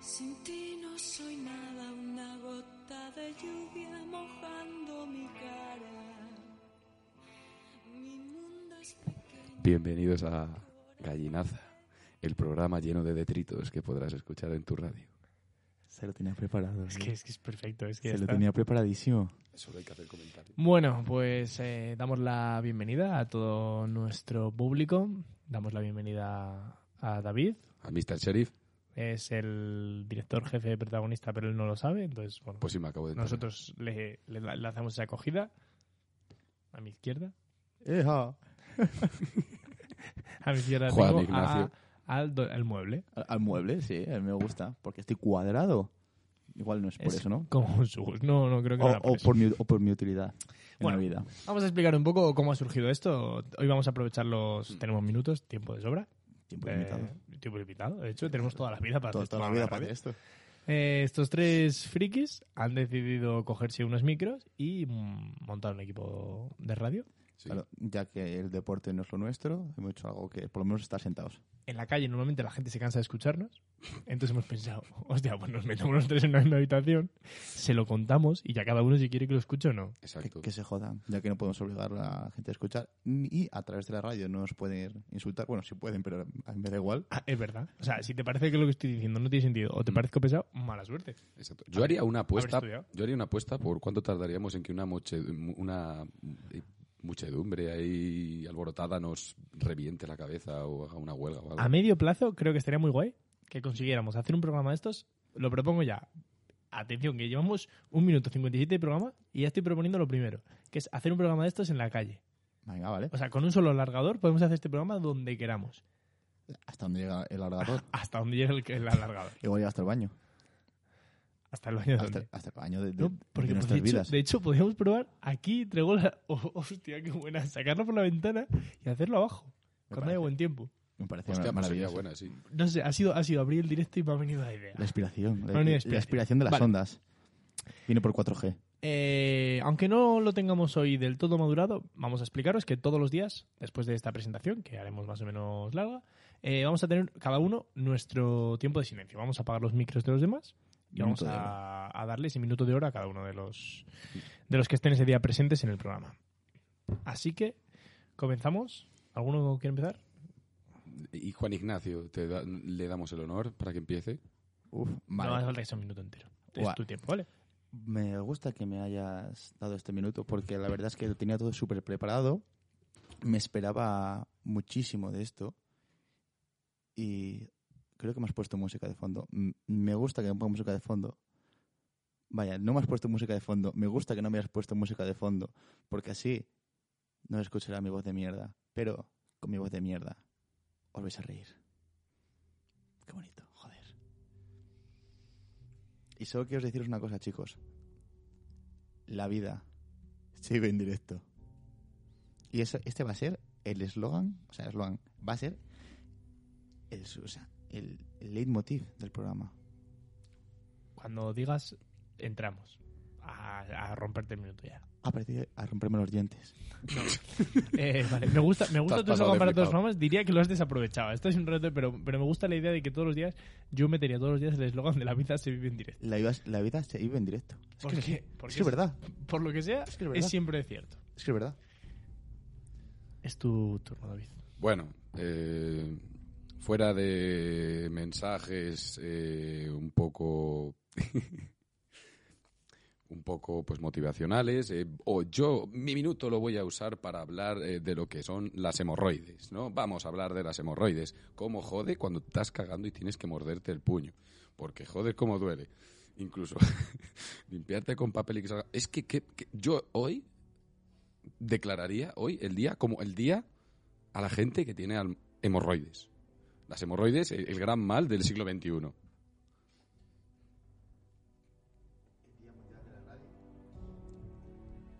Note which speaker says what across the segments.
Speaker 1: Sin ti no soy nada, una gota de lluvia mojando mi cara. Mi mundo es pequeño.
Speaker 2: Bienvenidos a Gallinaza, el programa lleno de detritos que podrás escuchar en tu radio.
Speaker 3: Se lo tenía preparado.
Speaker 4: Es
Speaker 3: ¿no?
Speaker 4: que es, que es perfecto, es que ya
Speaker 3: se lo
Speaker 4: está.
Speaker 3: tenía preparadísimo.
Speaker 2: Solo hay que hacer comentarios.
Speaker 4: Bueno, pues eh, damos la bienvenida a todo nuestro público. Damos la bienvenida a David.
Speaker 2: A Mr. Sheriff,
Speaker 4: Es el director jefe protagonista, pero él no lo sabe. Entonces, bueno,
Speaker 2: pues sí me acabo de enterar.
Speaker 4: nosotros le, le, le hacemos esa acogida. A mi izquierda.
Speaker 3: ¡Eja!
Speaker 4: A mi izquierda
Speaker 2: Juan
Speaker 4: tengo a-
Speaker 2: Ignacio.
Speaker 4: a- al do- el mueble.
Speaker 3: Al, al mueble, sí, a mí me gusta. Porque estoy cuadrado. Igual no es por
Speaker 4: Es
Speaker 3: eso, ¿no?
Speaker 4: Como un sus. No, no creo que
Speaker 3: O,
Speaker 4: no era por
Speaker 3: o
Speaker 4: eso.
Speaker 3: por mi, o por mi utilidad en
Speaker 4: Bueno.
Speaker 3: la vida.
Speaker 4: Vamos a explicar un poco cómo ha surgido esto. Hoy vamos a aprovechar
Speaker 3: Mm.
Speaker 4: los... Tenemos minutos, tiempo de sobra.
Speaker 3: Tiempo
Speaker 4: Eh,
Speaker 3: limitado.
Speaker 4: tiempo limitado. De hecho, tenemos toda la vida para
Speaker 3: Pues Toda,
Speaker 4: hacer
Speaker 3: toda la
Speaker 4: esto.
Speaker 3: vida para esto.
Speaker 4: Eh, estos tres frikis han decidido cogerse unos micros y mm, montar un equipo de radio
Speaker 2: Sí.
Speaker 3: Claro, ya que el deporte no es lo nuestro, hemos hecho algo que por lo menos estar sentados.
Speaker 4: en la calle normalmente la gente se cansa de escucharnos. Entonces hemos pensado, hostia, pues nos metemos los tres en una misma habitación, se lo contamos y ya cada uno si quiere que lo escuche o no.
Speaker 3: Que,
Speaker 2: Exacto.
Speaker 3: que se jodan, ya que no podemos obligar a la gente a escuchar. Y a través de la radio no nos pueden insultar. Bueno, sí pueden, pero a mí me da igual.
Speaker 4: Ah, es verdad. O sea, si te parece que lo que estoy diciendo no tiene sentido o te
Speaker 2: Mm.
Speaker 4: parece que he pesado, mala suerte.
Speaker 2: Exacto. Yo haría una apuesta.
Speaker 4: Haber estudiado.
Speaker 2: Yo haría una apuesta por cuánto tardaríamos en que una moche- una eh, muchedumbre ahí alborotada nos reviente la cabeza o haga una huelga o algo.
Speaker 4: A medio plazo creo que estaría muy guay que consiguiéramos hacer un programa de estos. Lo propongo ya. Atención, que llevamos un minuto 57 de programa y ya estoy proponiendo lo primero, que es hacer un programa de estos en la calle.
Speaker 3: Venga, vale.
Speaker 4: O sea, con un solo alargador podemos hacer este programa donde queramos.
Speaker 3: Hasta donde llega el alargador.
Speaker 4: Hasta donde llegue el, el alargador.
Speaker 3: Igual llega hasta el baño.
Speaker 4: Hasta el baño de
Speaker 3: Hasta,
Speaker 4: donde.
Speaker 3: hasta el baño de, de-
Speaker 4: No,
Speaker 3: de
Speaker 4: porque pues, de,
Speaker 3: nuestras
Speaker 4: hecho,
Speaker 3: vidas.
Speaker 4: de hecho podríamos probar aquí Tregola. Oh, hostia, qué buena. Sacarlo por la ventana y hacerlo abajo.
Speaker 3: Me
Speaker 4: Cuando haya
Speaker 3: parece.
Speaker 4: buen tiempo.
Speaker 3: Me parece
Speaker 2: Hostia, pues sería
Speaker 3: maravilloso.
Speaker 2: buena, sí.
Speaker 4: No sé, ha sido, ha sido abrir el directo y me ha venido la idea.
Speaker 3: La inspiración. La,
Speaker 4: No, ni
Speaker 3: la
Speaker 4: inspiración.
Speaker 3: inspiración de las
Speaker 4: Vale.
Speaker 3: ondas. Viene por 4G.
Speaker 4: Eh, aunque no lo tengamos hoy del todo madurado, vamos a explicaros que todos los días, después de esta presentación, que haremos más o menos larga, eh, vamos a tener cada uno nuestro tiempo de silencio. Vamos a apagar los micros de los demás y vamos
Speaker 3: Minuto de
Speaker 4: a, a darle ese minuto de hora a cada uno de los, de los que estén ese día presentes en el programa. Así que, comenzamos. ¿Alguno quiere empezar?
Speaker 2: Y Juan Ignacio, te da- le damos el honor para que empiece.
Speaker 3: Uf,
Speaker 4: No hace
Speaker 3: vale.
Speaker 4: falta que sea un minuto entero.
Speaker 3: Guau.
Speaker 4: Es tu tiempo, ¿vale?
Speaker 3: Me gusta que me hayas dado este minuto porque la verdad es que lo tenía todo súper preparado. Me esperaba muchísimo de esto. Y creo que me has puesto música de fondo. M- Me gusta que me ponga música de fondo. Vaya, no me has puesto música de fondo. Me gusta que no me hayas puesto música de fondo. Porque así no escuchará mi voz de mierda. Pero con mi voz de mierda os vais a reír. Qué bonito, joder. Y solo quiero deciros una cosa, chicos. La vida sigue en directo. Y eso- este va a ser el eslogan, o sea, eslogan, va a ser el, su- o sea, el, el leitmotiv del programa.
Speaker 4: Cuando digas, entramos a, a romperte el minuto ya.
Speaker 3: Ha aprendido a romperme los dientes.
Speaker 4: Eh, vale, me gusta, me
Speaker 2: Te
Speaker 4: gusta
Speaker 2: has
Speaker 4: tu
Speaker 2: pasado
Speaker 4: eslogan
Speaker 2: de
Speaker 4: para todos los
Speaker 2: flipado.
Speaker 4: programas. Diría que lo has desaprovechado. Esto es un reto, pero, pero me gusta la idea de que todos los días, yo metería todos los días el eslogan de la vida se vive en directo.
Speaker 3: La vida, la vida se vive en directo. Es
Speaker 4: ¿Por
Speaker 3: que, es-
Speaker 4: qué? Porque
Speaker 3: es que es verdad.
Speaker 4: Por lo que sea,
Speaker 3: Es
Speaker 4: es,
Speaker 3: que es verdad.
Speaker 4: siempre cierto.
Speaker 3: Es que es verdad.
Speaker 4: Es tu turno, David.
Speaker 2: Bueno, eh, fuera de mensajes eh, un poco un poco pues motivacionales eh, o yo mi minuto lo voy a usar para hablar eh, de lo que son las hemorroides, ¿no? Vamos a hablar de las hemorroides, cómo jode cuando te estás cagando y tienes que morderte el puño, porque joder cómo duele. Incluso limpiarte con papel y que salga- es que, que- que yo hoy declararía hoy el día como el día a la gente que tiene al- hemorroides. Las hemorroides, el, el gran mal del siglo XXI.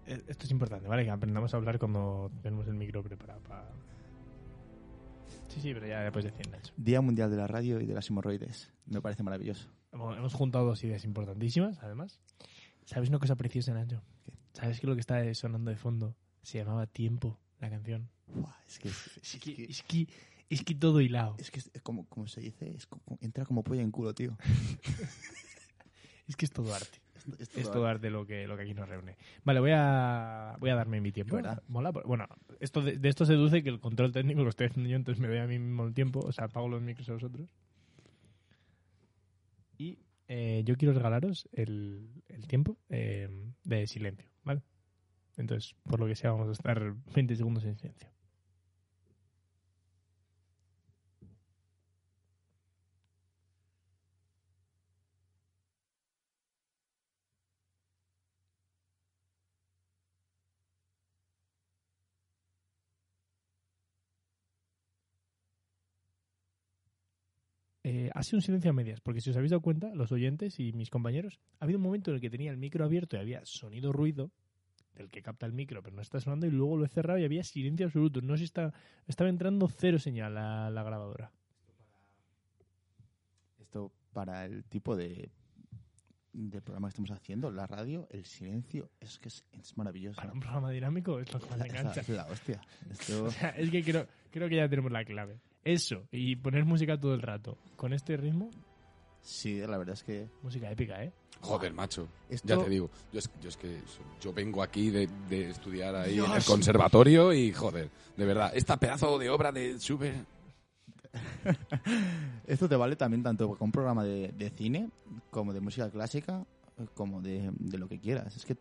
Speaker 4: Eh, Esto es importante, ¿vale? Que aprendamos a hablar cuando tenemos el micro preparado para... Sí, sí, pero ya después de 100, Nacho.
Speaker 3: Día Mundial de la Radio y de las hemorroides. Me parece maravilloso.
Speaker 4: Hemos hemos juntado dos ideas importantísimas, además. ¿Sabes una cosa preciosa, Nacho?
Speaker 3: ¿Qué?
Speaker 4: ¿Sabes que lo que está sonando de fondo se llamaba Tiempo, la canción?
Speaker 3: Buah, es que es, es
Speaker 4: Es que,
Speaker 3: que-
Speaker 4: es que, Es que todo hilado.
Speaker 3: Es que es es como, como se dice, es como- entra como polla en culo, tío.
Speaker 4: Es que es todo arte.
Speaker 3: Es todo
Speaker 4: Es todo arte lo que, lo que aquí nos reúne. Vale, voy a, voy a darme mi tiempo.
Speaker 3: Es verdad.
Speaker 4: Mola, por- Bueno, esto de, de esto se deduce que el control técnico lo estoy haciendo yo, entonces me doy a mí mismo el tiempo. O sea, apago los micros a vosotros. Y eh, yo quiero regalaros el, el tiempo eh, de silencio, ¿vale? Entonces, por lo que sea, vamos a estar 20 segundos en silencio. eh, ha sido un silencio a medias, porque si os habéis dado cuenta, los oyentes y mis compañeros, ha habido un momento en el que tenía el micro abierto y había sonido ruido, del que capta el micro, pero no está sonando, y luego lo he cerrado y había silencio absoluto. No sé si está, estaba entrando cero señal a la grabadora.
Speaker 3: Esto para el tipo de, de programa que estamos haciendo, la radio, el silencio, es que es, es maravilloso.
Speaker 4: Para un programa dinámico es lo que más
Speaker 3: la,
Speaker 4: me engancha.
Speaker 3: es la hostia. Esto,
Speaker 4: O sea, es que creo, creo que ya tenemos la clave. Eso, y poner música todo el rato. Con este ritmo,
Speaker 3: sí, la verdad es que
Speaker 4: música épica, ¿eh?
Speaker 2: Joder, macho.
Speaker 3: Esto-
Speaker 2: Ya te digo. Yo es, yo es que so- yo vengo aquí de, de estudiar ahí en el
Speaker 4: Dios.
Speaker 2: conservatorio y, joder, de verdad, esta pedazo de obra de Schubert...
Speaker 3: Esto te vale también tanto con un programa de, de cine, como de música clásica, como de, de lo que quieras. Es que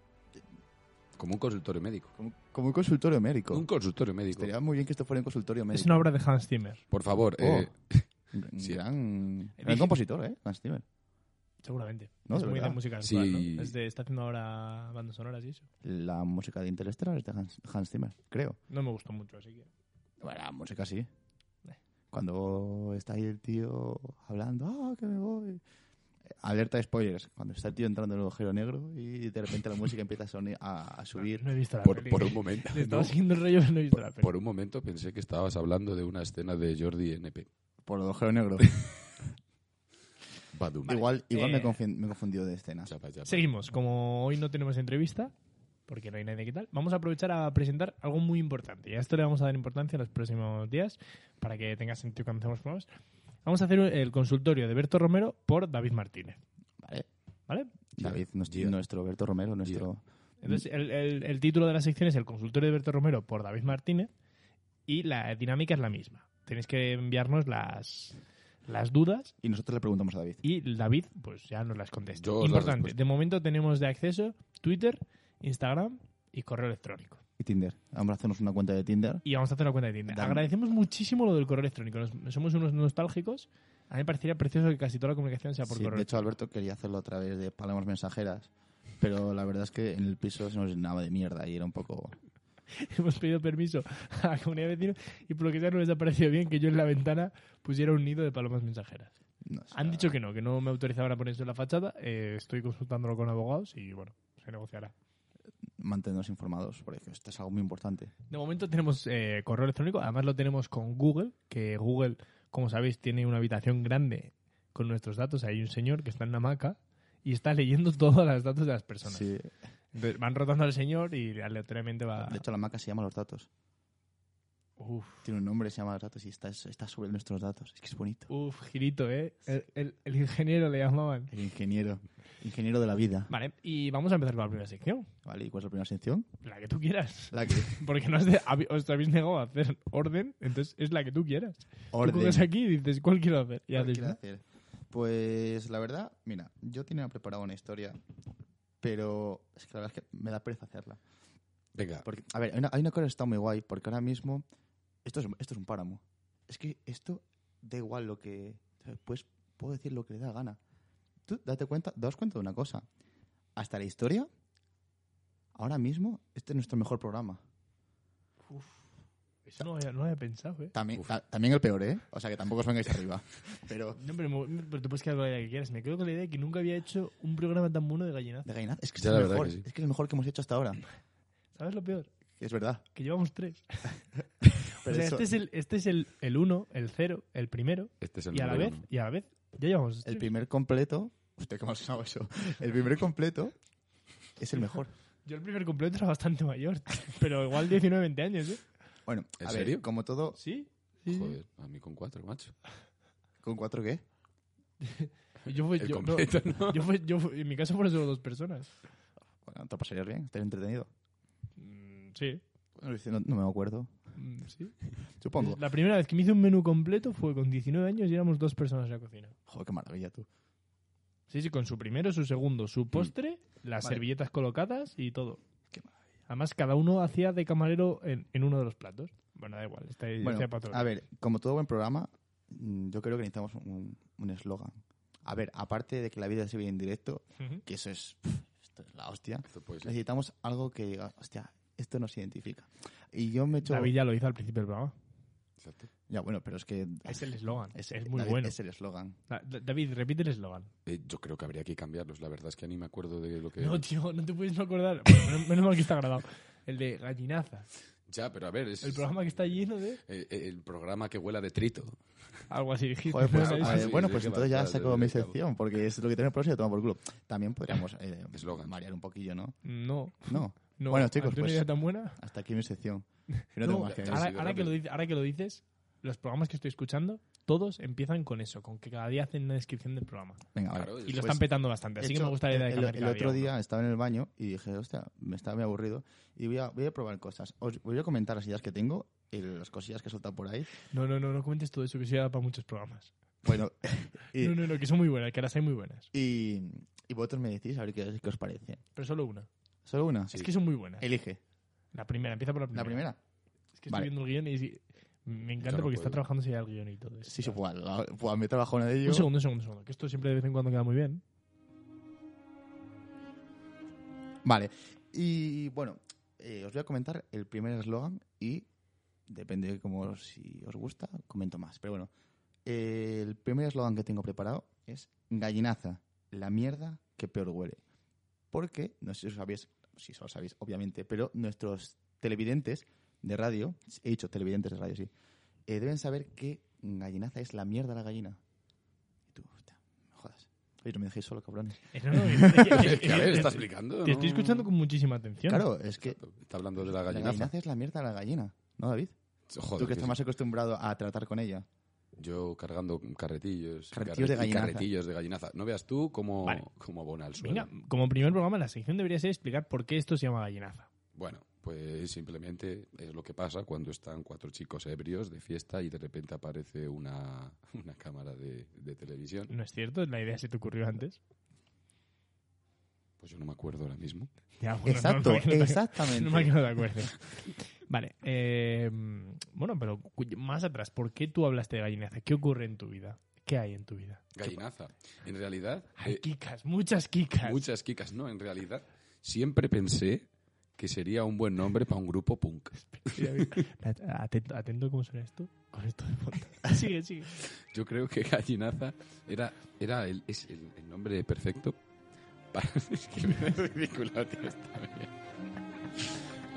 Speaker 2: Como un consultorio médico.
Speaker 3: como, como un consultorio médico.
Speaker 2: Un consultorio médico.
Speaker 3: Estaría muy bien que esto fuera un consultorio
Speaker 4: Es
Speaker 3: médico.
Speaker 4: una obra de Hans Zimmer.
Speaker 2: Por favor,
Speaker 3: Oh.
Speaker 2: eh,
Speaker 3: Un
Speaker 2: Sí.
Speaker 3: gran, gran
Speaker 4: Dije-
Speaker 3: compositor, ¿eh? Hans Zimmer.
Speaker 4: Seguramente.
Speaker 3: No,
Speaker 4: es
Speaker 3: de
Speaker 4: muy de
Speaker 3: verdad.
Speaker 4: música
Speaker 2: Sí.
Speaker 4: actual, ¿no? Es de- está haciendo ahora bandas sonoras y eso.
Speaker 3: La música de Interstellar es de Hans, Hans Zimmer, creo.
Speaker 4: No me gustó mucho, así que.
Speaker 3: Bueno, la música sí.
Speaker 4: Eh.
Speaker 3: Cuando está ahí el tío hablando, ah, que me voy. Alerta de spoilers. Cuando está el tío entrando en el agujero negro y de repente la música empieza a, soni- a- a subir.
Speaker 4: No he visto la
Speaker 2: por,
Speaker 4: peli.
Speaker 2: por un momento.
Speaker 4: Le
Speaker 2: ¿no?
Speaker 4: estaba siguiendo el rollo, pero no he visto la
Speaker 2: Por,
Speaker 4: peli.
Speaker 2: por un momento pensé que estabas hablando de una escena de Jordi NP.
Speaker 3: Por el agujero negro.
Speaker 2: Badum.
Speaker 3: Igual, igual
Speaker 4: Eh.
Speaker 3: me, confin- me he confundido de escena.
Speaker 2: Chapa, chapa.
Speaker 4: Seguimos. Como hoy no tenemos entrevista, porque no hay nadie que tal, vamos a aprovechar a presentar algo muy importante. Y a esto le vamos a dar importancia en los próximos días, para que tenga sentido cuando hacemos programas. Vamos a hacer el consultorio de Berto Romero por David Martínez.
Speaker 3: Vale.
Speaker 4: ¿Vale?
Speaker 3: David, nuestro,
Speaker 2: Yeah.
Speaker 3: nuestro Berto Romero, nuestro.
Speaker 4: Entonces, el, el- el título de la sección es El consultorio de Berto Romero por David Martínez y la dinámica es la misma. Tenéis que enviarnos las, las dudas
Speaker 3: Y nosotros le preguntamos a David.
Speaker 4: y David pues ya nos las contesta.
Speaker 2: Yo os las
Speaker 4: Importante,
Speaker 2: respuestas.
Speaker 4: de momento tenemos de acceso Twitter, Instagram y correo electrónico.
Speaker 3: Y Tinder. Vamos a hacernos una cuenta de Tinder.
Speaker 4: Y vamos a hacer una cuenta de Tinder.
Speaker 3: Dan-
Speaker 4: Agradecemos muchísimo lo del correo electrónico. Nos- somos unos nostálgicos. A mí me parecería precioso que casi toda la comunicación sea por
Speaker 3: Sí,
Speaker 4: correo.
Speaker 3: de hecho, Alberto quería hacerlo a través de palabras mensajeras. Pero la verdad es que en el piso se nos llenaba de mierda y era un poco.
Speaker 4: Hemos pedido permiso a la comunidad de vecinos y por lo que sea no les ha parecido bien que yo en la ventana pusiera un nido de palomas mensajeras.
Speaker 3: no sé,
Speaker 4: Han dicho que no, que no me autorizaban a poner eso en la fachada. Eh, estoy consultándolo con abogados y bueno, se negociará.
Speaker 3: Mantenernos informados, porque esto es algo muy importante.
Speaker 4: De momento tenemos eh, correo electrónico, además lo tenemos con Google, que Google, como sabéis, tiene una habitación grande con nuestros datos. Hay un señor que está en una hamaca y está leyendo todos los datos de las personas.
Speaker 3: Sí.
Speaker 4: Entonces, van rotando al señor y aleatoriamente va...
Speaker 3: De hecho, la maca se llama Los Datos.
Speaker 4: Uf,
Speaker 3: Tiene un nombre, se llama Los Datos y está, está sobre nuestros datos. Es que es bonito.
Speaker 4: uf, girito, ¿eh? El, el- el ingeniero le llamaban.
Speaker 3: El ingeniero. Ingeniero de la vida.
Speaker 4: Vale, y vamos a empezar con la primera sección,
Speaker 3: Vale, ¿y cuál es la primera sección?
Speaker 4: la que tú quieras.
Speaker 3: La que.
Speaker 4: Porque no has de- habi- os habéis negado a hacer orden, entonces es la que tú quieras. Tú
Speaker 3: Orden.
Speaker 4: coges aquí y dices, ¿cuál quiero hacer? Y
Speaker 3: ¿Cuál
Speaker 4: haces,
Speaker 3: quiere
Speaker 4: ¿no?
Speaker 3: hacer? Pues la verdad, mira, yo tenía preparada una historia, pero es que la verdad es que me da pereza hacerla.
Speaker 2: Venga,
Speaker 3: Porque, a ver, hay una, hay una cosa que está muy guay, porque ahora mismo esto es, esto es un páramo. Es que esto da igual lo que... o sea, Pues puedo decir lo que le da gana. Tú date cuenta, daos cuenta de una cosa. Hasta la historia, ahora mismo, este es nuestro mejor programa.
Speaker 4: Eso no, había- no lo había pensado, ¿eh?
Speaker 3: También, ta- también el peor, ¿eh? O sea, que tampoco os vengáis arriba. Pero...
Speaker 4: No, pero, me- pero tú puedes quedar con la idea que quieras. Me quedo con la idea de que nunca había hecho un programa tan bueno de gallinazo.
Speaker 3: De Gainaz, es que es
Speaker 2: Ya,
Speaker 3: el
Speaker 2: la verdad
Speaker 3: mejor.
Speaker 2: que sí.
Speaker 3: Es que es el mejor que hemos hecho hasta ahora.
Speaker 4: ¿Sabes lo peor?
Speaker 3: Es verdad.
Speaker 4: Que llevamos tres.
Speaker 3: Pero
Speaker 4: o sea,
Speaker 3: eso-
Speaker 4: este es, el, este es el, el uno, el cero, el primero,
Speaker 2: este es el
Speaker 4: y a la
Speaker 2: número
Speaker 4: vez,
Speaker 2: uno.
Speaker 4: y a la vez, ya llevamos
Speaker 3: El
Speaker 4: tres.
Speaker 3: primer completo. Usted cómo ha sonado eso. El primer completo es el mejor.
Speaker 4: Yo el primer completo era bastante mayor, pero igual 19, 20 años, ¿eh?
Speaker 3: Bueno,
Speaker 2: ¿En
Speaker 3: a ver,
Speaker 2: serio?
Speaker 3: como todo,
Speaker 4: Sí. Sí, sí.
Speaker 2: Joder, a mí con cuatro, macho.
Speaker 3: ¿Con cuatro qué?
Speaker 4: Yo fui,
Speaker 2: El
Speaker 4: yo, no,
Speaker 2: completo, ¿no?
Speaker 4: yo fui- yo fui- en mi caso fueron solo dos personas.
Speaker 3: Bueno, te pasarías bien, estaría entretenido.
Speaker 4: Mm, sí.
Speaker 3: No, no me acuerdo.
Speaker 4: Mm, sí.
Speaker 3: Supongo.
Speaker 4: La primera vez que me hice un menú completo fue con 19 años y éramos dos personas en la cocina.
Speaker 3: Joder, qué maravilla tú.
Speaker 4: Sí, sí, con su primero, su segundo, su postre, las
Speaker 3: Vale.
Speaker 4: servilletas colocadas y todo.
Speaker 3: Qué
Speaker 4: Además, cada uno hacía de camarero en, en uno de los platos. Bueno, da igual, está ahí-
Speaker 3: Bueno,
Speaker 4: está para otro
Speaker 3: a
Speaker 4: día.
Speaker 3: ver, como todo buen programa, mm, yo creo que necesitamos un un eslogan. a ver, aparte de que la vida se ve en directo,
Speaker 4: Ujú.
Speaker 3: que eso es, pf, esto es la hostia,
Speaker 2: Esto puede ser.
Speaker 3: necesitamos algo que diga, hostia, esto nos identifica. Y yo me echo...
Speaker 4: David ya lo hizo al principio del programa.
Speaker 2: Exacto.
Speaker 3: Ya, bueno, pero es que...
Speaker 4: Es el eslogan.
Speaker 3: es-
Speaker 4: Es, muy
Speaker 3: David,
Speaker 4: bueno.
Speaker 3: Es el eslogan.
Speaker 4: Da- da- David, repite el eslogan.
Speaker 2: Eh, yo creo que habría que cambiarlos. La verdad es que ni me acuerdo de lo que.
Speaker 4: No, tío, no te puedes no acordar. Bueno, menos- menos mal que está grabado. El de gallinaza.
Speaker 2: Ya, pero a ver, es.
Speaker 4: El programa que está lleno de.
Speaker 2: eh, eh, el programa que huela de trito.
Speaker 4: Algo así dijiste.
Speaker 3: Joder, pues,
Speaker 2: Sí,
Speaker 3: a
Speaker 2: sí,
Speaker 3: ver,
Speaker 2: sí,
Speaker 3: bueno,
Speaker 2: sí,
Speaker 3: pues
Speaker 2: que
Speaker 3: entonces ya
Speaker 2: marcha,
Speaker 3: saco
Speaker 2: sí,
Speaker 3: mi
Speaker 2: sí, cabo.
Speaker 3: sección, porque es lo que tenemos por eso y a tomar por culo. También podríamos eh,
Speaker 2: Eslogan.
Speaker 3: variar un poquillo, ¿no?
Speaker 4: No,
Speaker 3: No.
Speaker 4: no.
Speaker 3: Bueno, chicos,
Speaker 4: ¿Ante una
Speaker 3: pues-
Speaker 4: idea tan buena?
Speaker 3: Hasta aquí mi sección. Que no
Speaker 4: No,
Speaker 3: tengo más que
Speaker 2: ya-
Speaker 3: decir.
Speaker 2: decir.
Speaker 4: ahora, ahora que lo dices, ahora que lo dices, los programas que estoy escuchando, todos empiezan con eso, con que cada día hacen una descripción del programa.
Speaker 3: Venga, vale.
Speaker 2: Claro,
Speaker 4: Y lo
Speaker 2: pues,
Speaker 4: están petando bastante, así
Speaker 3: De
Speaker 4: que
Speaker 3: hecho,
Speaker 4: me gustaría
Speaker 3: el,
Speaker 4: de
Speaker 3: el-
Speaker 4: cambiar
Speaker 3: el
Speaker 4: cada
Speaker 3: otro día
Speaker 4: uno.
Speaker 3: estaba en el baño y dije, hostia, me estaba muy aburrido y voy a, voy a probar cosas. Os voy a comentar las ideas que tengo y las cosillas que he soltado por ahí.
Speaker 4: No, no, no, no comentes todo eso, que eso ya da para muchos programas.
Speaker 3: Bueno, y,
Speaker 4: No, no, no, que son muy buenas, que las hay muy buenas.
Speaker 3: y- y vosotros me decís a ver qué, qué os parece.
Speaker 4: Pero solo una.
Speaker 3: ¿Solo una?
Speaker 4: Es que son muy buenas.
Speaker 3: Elige.
Speaker 4: La primera, empieza por la primera.
Speaker 3: ¿La primera?
Speaker 4: Es que estoy
Speaker 3: Vale.
Speaker 4: viendo el guión y sí, me encanta
Speaker 2: Yo no
Speaker 4: porque está
Speaker 2: puedo.
Speaker 4: trabajando ya el guión y todo eso.
Speaker 3: Sí, sí, pues, la- pues me trabajo una de
Speaker 4: Un
Speaker 3: ellos.
Speaker 4: segundo, un segundo, un segundo, que esto siempre de vez en cuando queda muy bien.
Speaker 3: Vale. Y bueno, eh, os voy a comentar el primer eslogan y depende de cómo si os gusta, comento más. Pero bueno, eh, el primer eslogan que tengo preparado es gallinaza, la mierda que peor huele. Porque, no sé si os sabéis, si os lo sabéis, obviamente, pero nuestros televidentes de radio, he dicho televidentes de radio, sí, eh, deben saber que gallinaza es la mierda de la gallina. Y tú, hostia, no jodas. Oye, no me dejéis solo, cabrones.
Speaker 4: Eh, no, no, es que-
Speaker 2: Es que, a ver,
Speaker 4: te-
Speaker 2: está
Speaker 4: te,
Speaker 2: explicando.
Speaker 4: estoy
Speaker 2: ¿no?
Speaker 4: escuchando con muchísima atención.
Speaker 3: Claro, es que
Speaker 2: Está hablando de la
Speaker 3: La
Speaker 2: gallinaza.
Speaker 3: gallinaza es la mierda de la gallina, ¿no, David?
Speaker 2: Joder,
Speaker 3: Tú que
Speaker 2: que
Speaker 3: estás más acostumbrado a tratar con ella.
Speaker 2: Yo cargando carretillos.
Speaker 3: Carretillos de
Speaker 2: carreti-
Speaker 3: gallinaza.
Speaker 2: Carretillos de gallinaza. No veas tú cómo,
Speaker 4: Vale.
Speaker 2: cómo abona el suelo.
Speaker 4: Venga, como primer programa, la sección debería ser explicar por qué esto se llama gallinaza.
Speaker 2: Bueno, pues simplemente es lo que pasa cuando están cuatro chicos ebrios de fiesta y de repente aparece una, una cámara de, de televisión.
Speaker 4: No es cierto, la idea se te ocurrió antes.
Speaker 2: Pues yo no me acuerdo ahora mismo.
Speaker 4: Ya, bueno,
Speaker 3: Exacto,
Speaker 4: no, no, no, no,
Speaker 3: exactamente.
Speaker 4: No me quedo de acuerdo. Vale, eh, bueno, pero cu- más atrás, ¿por qué tú hablaste de gallinaza? ¿Qué ocurre en tu vida? ¿Qué hay en tu vida?
Speaker 2: Gallinaza. En realidad,
Speaker 4: Hay
Speaker 2: eh,
Speaker 4: quicas, muchas quicas.
Speaker 2: muchas quicas. No, en realidad, siempre pensé que sería un buen nombre para un grupo punk.
Speaker 4: Atento, atento cómo suena esto con esto de fondo. Sigue, sigue.
Speaker 2: Yo creo que Gallinaza era, era el, es el, el nombre perfecto para... Es que me da ridículo, tío, está bien.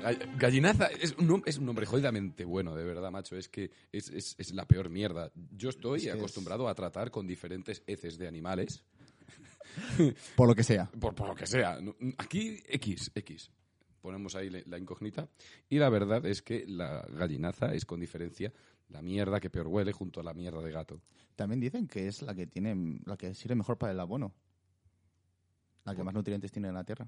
Speaker 2: Gall- Gallinaza es un, nom- es un nombre jodidamente bueno, de verdad, macho. Es que es, es- es la peor mierda. Yo estoy
Speaker 3: Es que es-
Speaker 2: acostumbrado a tratar con diferentes heces de animales,
Speaker 3: Por lo que sea.
Speaker 2: por, por lo que sea. No- Aquí X, X. Ponemos ahí le- la incógnita. Y la verdad es que la gallinaza es con diferencia la mierda que peor huele junto a la mierda de gato.
Speaker 3: También dicen que es la que tiene, la que sirve mejor para el abono. La que más nutrientes tiene en la tierra.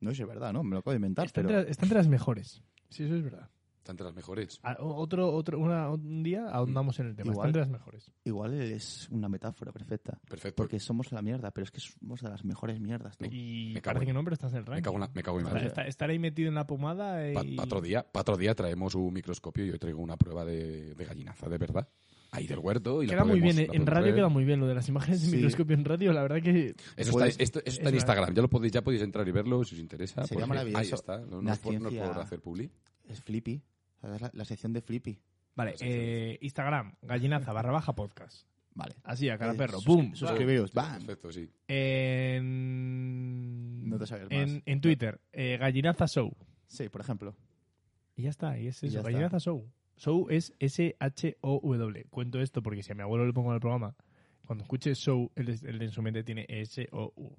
Speaker 3: No sé si es verdad, ¿no? Me lo acabo de inventar,
Speaker 4: Está
Speaker 3: pero...
Speaker 4: entre, está entre las mejores. Sí, eso es verdad.
Speaker 2: Está entre las mejores.
Speaker 4: Ah, o- Otro, otro, una- un día ahondamos en el tema. Está
Speaker 3: Igual.
Speaker 4: entre las mejores.
Speaker 3: Igual es una metáfora perfecta.
Speaker 2: Perfecto.
Speaker 3: Porque somos la mierda, pero es que somos de las mejores mierdas, tú.
Speaker 4: Y
Speaker 2: me cago
Speaker 4: parece
Speaker 2: en-
Speaker 4: que no, pero estás en el ranking.
Speaker 2: me cago en la, me cago en la-
Speaker 4: Estar, estar- estar ahí metido en la pomada eh,
Speaker 2: Pa-
Speaker 4: y...
Speaker 2: pa' otro día, pa' otro día traemos un microscopio y yo traigo una prueba de, de gallinaza, de verdad. Ahí del huerto y la
Speaker 4: Queda muy
Speaker 2: podemos-
Speaker 4: bien, eh,
Speaker 2: la
Speaker 4: en
Speaker 2: podemos
Speaker 4: radio
Speaker 2: ver.
Speaker 4: queda muy bien lo de las imágenes de
Speaker 3: Sí.
Speaker 4: microscopio en radio, la verdad que
Speaker 2: Eso
Speaker 3: Puedes-
Speaker 2: está, esto- eso está
Speaker 4: pues es
Speaker 2: en
Speaker 4: una-
Speaker 2: Instagram, ya lo podéis, ya podéis entrar y verlo si os interesa. porque
Speaker 3: Sería maravilloso.
Speaker 2: Ahí está, no,
Speaker 3: La
Speaker 2: no, es por- no es por
Speaker 3: ciencia-
Speaker 2: hacer publi.
Speaker 3: Es flippy. ¿Sabes? La, la sección de flippy.
Speaker 4: Vale,
Speaker 2: Pues entonces-
Speaker 4: eh, Instagram, gallinaza barra baja podcast.
Speaker 3: Vale.
Speaker 4: Así, a cara
Speaker 3: Eh,
Speaker 4: perro.
Speaker 3: sus-
Speaker 4: ¡Bum!
Speaker 3: Suscribiros. ¡Bam!
Speaker 2: Perfecto, Ah, sí.
Speaker 4: En...
Speaker 3: No te sabes más.
Speaker 4: en, en Twitter, eh, gallinaza show.
Speaker 3: Sí, por ejemplo.
Speaker 4: Y ya está, y es
Speaker 3: Y
Speaker 4: eso,
Speaker 3: ya está.
Speaker 4: gallinaza show. Show es S-H-O-W. Cuento esto porque si a mi abuelo le pongo en el programa, cuando escuche show, él, es- él en su mente tiene S-O-U.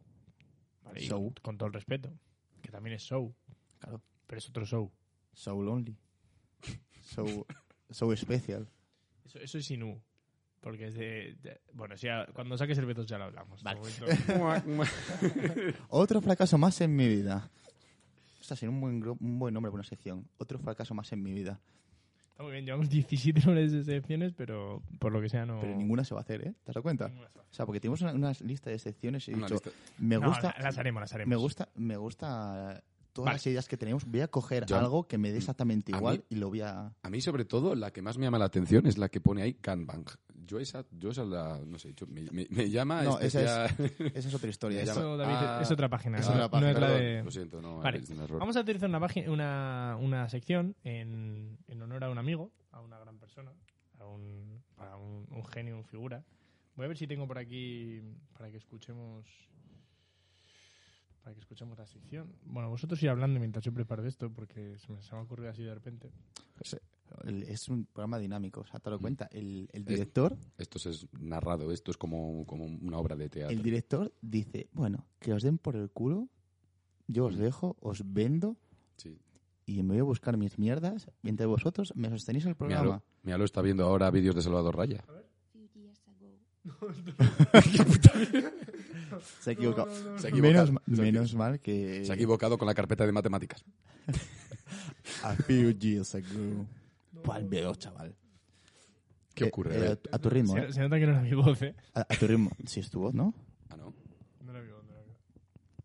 Speaker 4: Vale, y
Speaker 3: Show.
Speaker 4: Con todo el respeto, que también es show,
Speaker 3: Claro.
Speaker 4: pero es otro show.
Speaker 3: So lonely. So, so special.
Speaker 4: Eso, eso es sin U. Porque es de. de- bueno, si ya- cuando saques el Betos ya lo hablamos. De
Speaker 5: Vale.
Speaker 4: momento-
Speaker 3: Otro fracaso más en mi vida. Ostras, sería un buen, gru- un buen nombre para una sección. Otro fracaso más en mi vida.
Speaker 4: Está muy bien, llevamos 17 horas de secciones, pero por lo que sea no.
Speaker 3: Pero ninguna se va a hacer, ¿eh? ¿Te has dado cuenta?
Speaker 4: Ninguna se va a
Speaker 3: O sea, porque tenemos una, una lista de secciones y he
Speaker 2: Una
Speaker 3: dicho,
Speaker 2: lista.
Speaker 3: me
Speaker 4: No,
Speaker 3: gusta,
Speaker 4: la- las haremos, las haremos.
Speaker 3: me gusta, me gusta todas
Speaker 4: Vale.
Speaker 3: las ideas que tenemos. Voy a coger
Speaker 2: Yo-
Speaker 3: algo que me dé exactamente
Speaker 2: a mí-
Speaker 3: igual y lo voy a...
Speaker 2: A mí, sobre todo, la que más me llama la atención es la que pone ahí Kanban. Yo esa, yo esa la, no sé, yo- me, me- me llama...
Speaker 3: No, esa
Speaker 2: especia-
Speaker 3: Esa es otra historia.
Speaker 2: Ya-
Speaker 3: Esa-
Speaker 4: Eso, David,
Speaker 2: Ah,
Speaker 4: es otra página.
Speaker 3: es
Speaker 4: no-
Speaker 3: otra
Speaker 4: no
Speaker 3: página,
Speaker 4: es la
Speaker 2: Perdón,
Speaker 4: de.
Speaker 2: Lo siento, no,
Speaker 4: Vale.
Speaker 2: es un error.
Speaker 4: Vamos a utilizar una, página- una, una sección en, en honor a un amigo, a una gran persona, a un, a un, un genio, un figura. Voy a ver si tengo por aquí para que escuchemos para que escuchemos la sección. Bueno, vosotros ir hablando mientras yo preparo esto porque se me, se me ha ocurrido así de repente.
Speaker 3: el- es un programa dinámico, o sea, te
Speaker 2: Mm.
Speaker 3: lo cuenta. El, el director,
Speaker 2: Esto es narrado, esto es como, como una obra de teatro.
Speaker 3: el director dice, bueno, que os den por el culo, yo
Speaker 2: Mm.
Speaker 3: os dejo, os vendo
Speaker 2: Sí.
Speaker 3: y me voy a buscar mis mierdas mientras vosotros me sostenéis el programa.
Speaker 2: Míralo, míralo, está viendo ahora vídeos de Salvador Raya.
Speaker 1: Few years ago,
Speaker 3: Se ha equivocado.
Speaker 2: Se ha equivocado.
Speaker 3: Menos, ma- menos eh, mal que...
Speaker 2: Se ha equivocado con la carpeta de matemáticas.
Speaker 3: A few years ago. Pal pedo, chaval.
Speaker 2: ¿Qué
Speaker 3: Eh,
Speaker 2: ocurre?
Speaker 3: eh,
Speaker 2: A
Speaker 3: a,
Speaker 2: ver.
Speaker 3: tu- a tu ritmo, ¿eh?
Speaker 4: Se, se nota que no era mi voz, ¿eh?
Speaker 3: A, a tu ritmo. Si es tu voz, ¿no?
Speaker 2: Ah, no.
Speaker 4: No era mi voz, no era mi voz.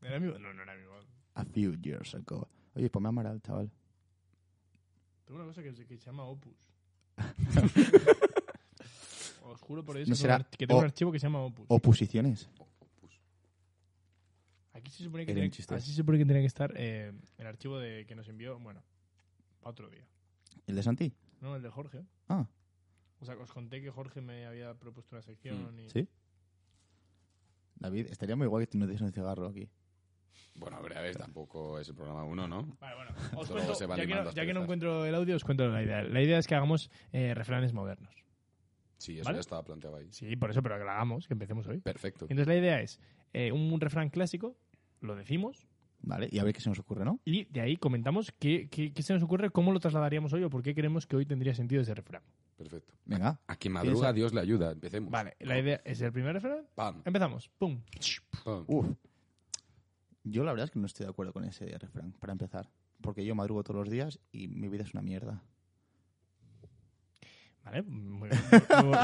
Speaker 4: ¿Era mi voz? No, no era mi voz.
Speaker 3: A few years ago. Oye, ponme a Amaral, chaval.
Speaker 4: Tengo una cosa que, se- que se llama Opus. Os juro por eso
Speaker 3: No
Speaker 4: que
Speaker 3: será
Speaker 4: tengo un arch- que tengo un
Speaker 3: O-
Speaker 4: archivo que se llama Opus.
Speaker 3: Oposiciones.
Speaker 4: Aquí se supone que,
Speaker 3: Era un
Speaker 4: tiene,
Speaker 3: chiste.
Speaker 4: así se supone que tenía que estar eh, el archivo de, que nos envió, bueno, para otro día.
Speaker 3: ¿El de Santi?
Speaker 4: No, el de Jorge.
Speaker 3: Ah,
Speaker 4: O sea, os conté que Jorge me había propuesto una sección y...
Speaker 3: Hmm, ¿sí? David, estaría muy guay que tú no des un cigarro aquí.
Speaker 2: Bueno, a ver, a ver, tampoco es el programa uno, ¿no?
Speaker 4: Vale, bueno. Os
Speaker 2: Luego
Speaker 4: cuento,
Speaker 2: se van
Speaker 4: ya, que
Speaker 2: limando
Speaker 4: no,
Speaker 2: las
Speaker 4: ya que no
Speaker 2: perezas.
Speaker 4: encuentro el audio, os cuento la idea. La idea es que hagamos eh, refranes modernos.
Speaker 2: Sí, eso
Speaker 4: ¿Vale?
Speaker 2: ya estaba planteado ahí.
Speaker 4: Sí, por eso, pero que la hagamos, que empecemos hoy.
Speaker 2: Perfecto.
Speaker 4: Entonces la idea es eh, un, un refrán clásico, lo decimos,
Speaker 3: Vale, y a ver qué se nos ocurre, ¿no?
Speaker 4: y de ahí comentamos qué, qué- qué se nos ocurre, cómo lo trasladaríamos hoy o por qué creemos que hoy tendría sentido ese refrán.
Speaker 2: Perfecto.
Speaker 3: Venga.
Speaker 2: A quien madruga,
Speaker 3: Piensa.
Speaker 2: Dios le ayuda. Empecemos.
Speaker 4: Vale, la idea es el primer refrán.
Speaker 2: Pam,
Speaker 4: Empezamos. ¡Pum!
Speaker 2: pam.
Speaker 3: Uf. Yo la verdad es que no estoy de acuerdo con ese refrán, para empezar. Porque yo madrugo todos los días y mi vida es una mierda.
Speaker 4: Vale, muy, muy-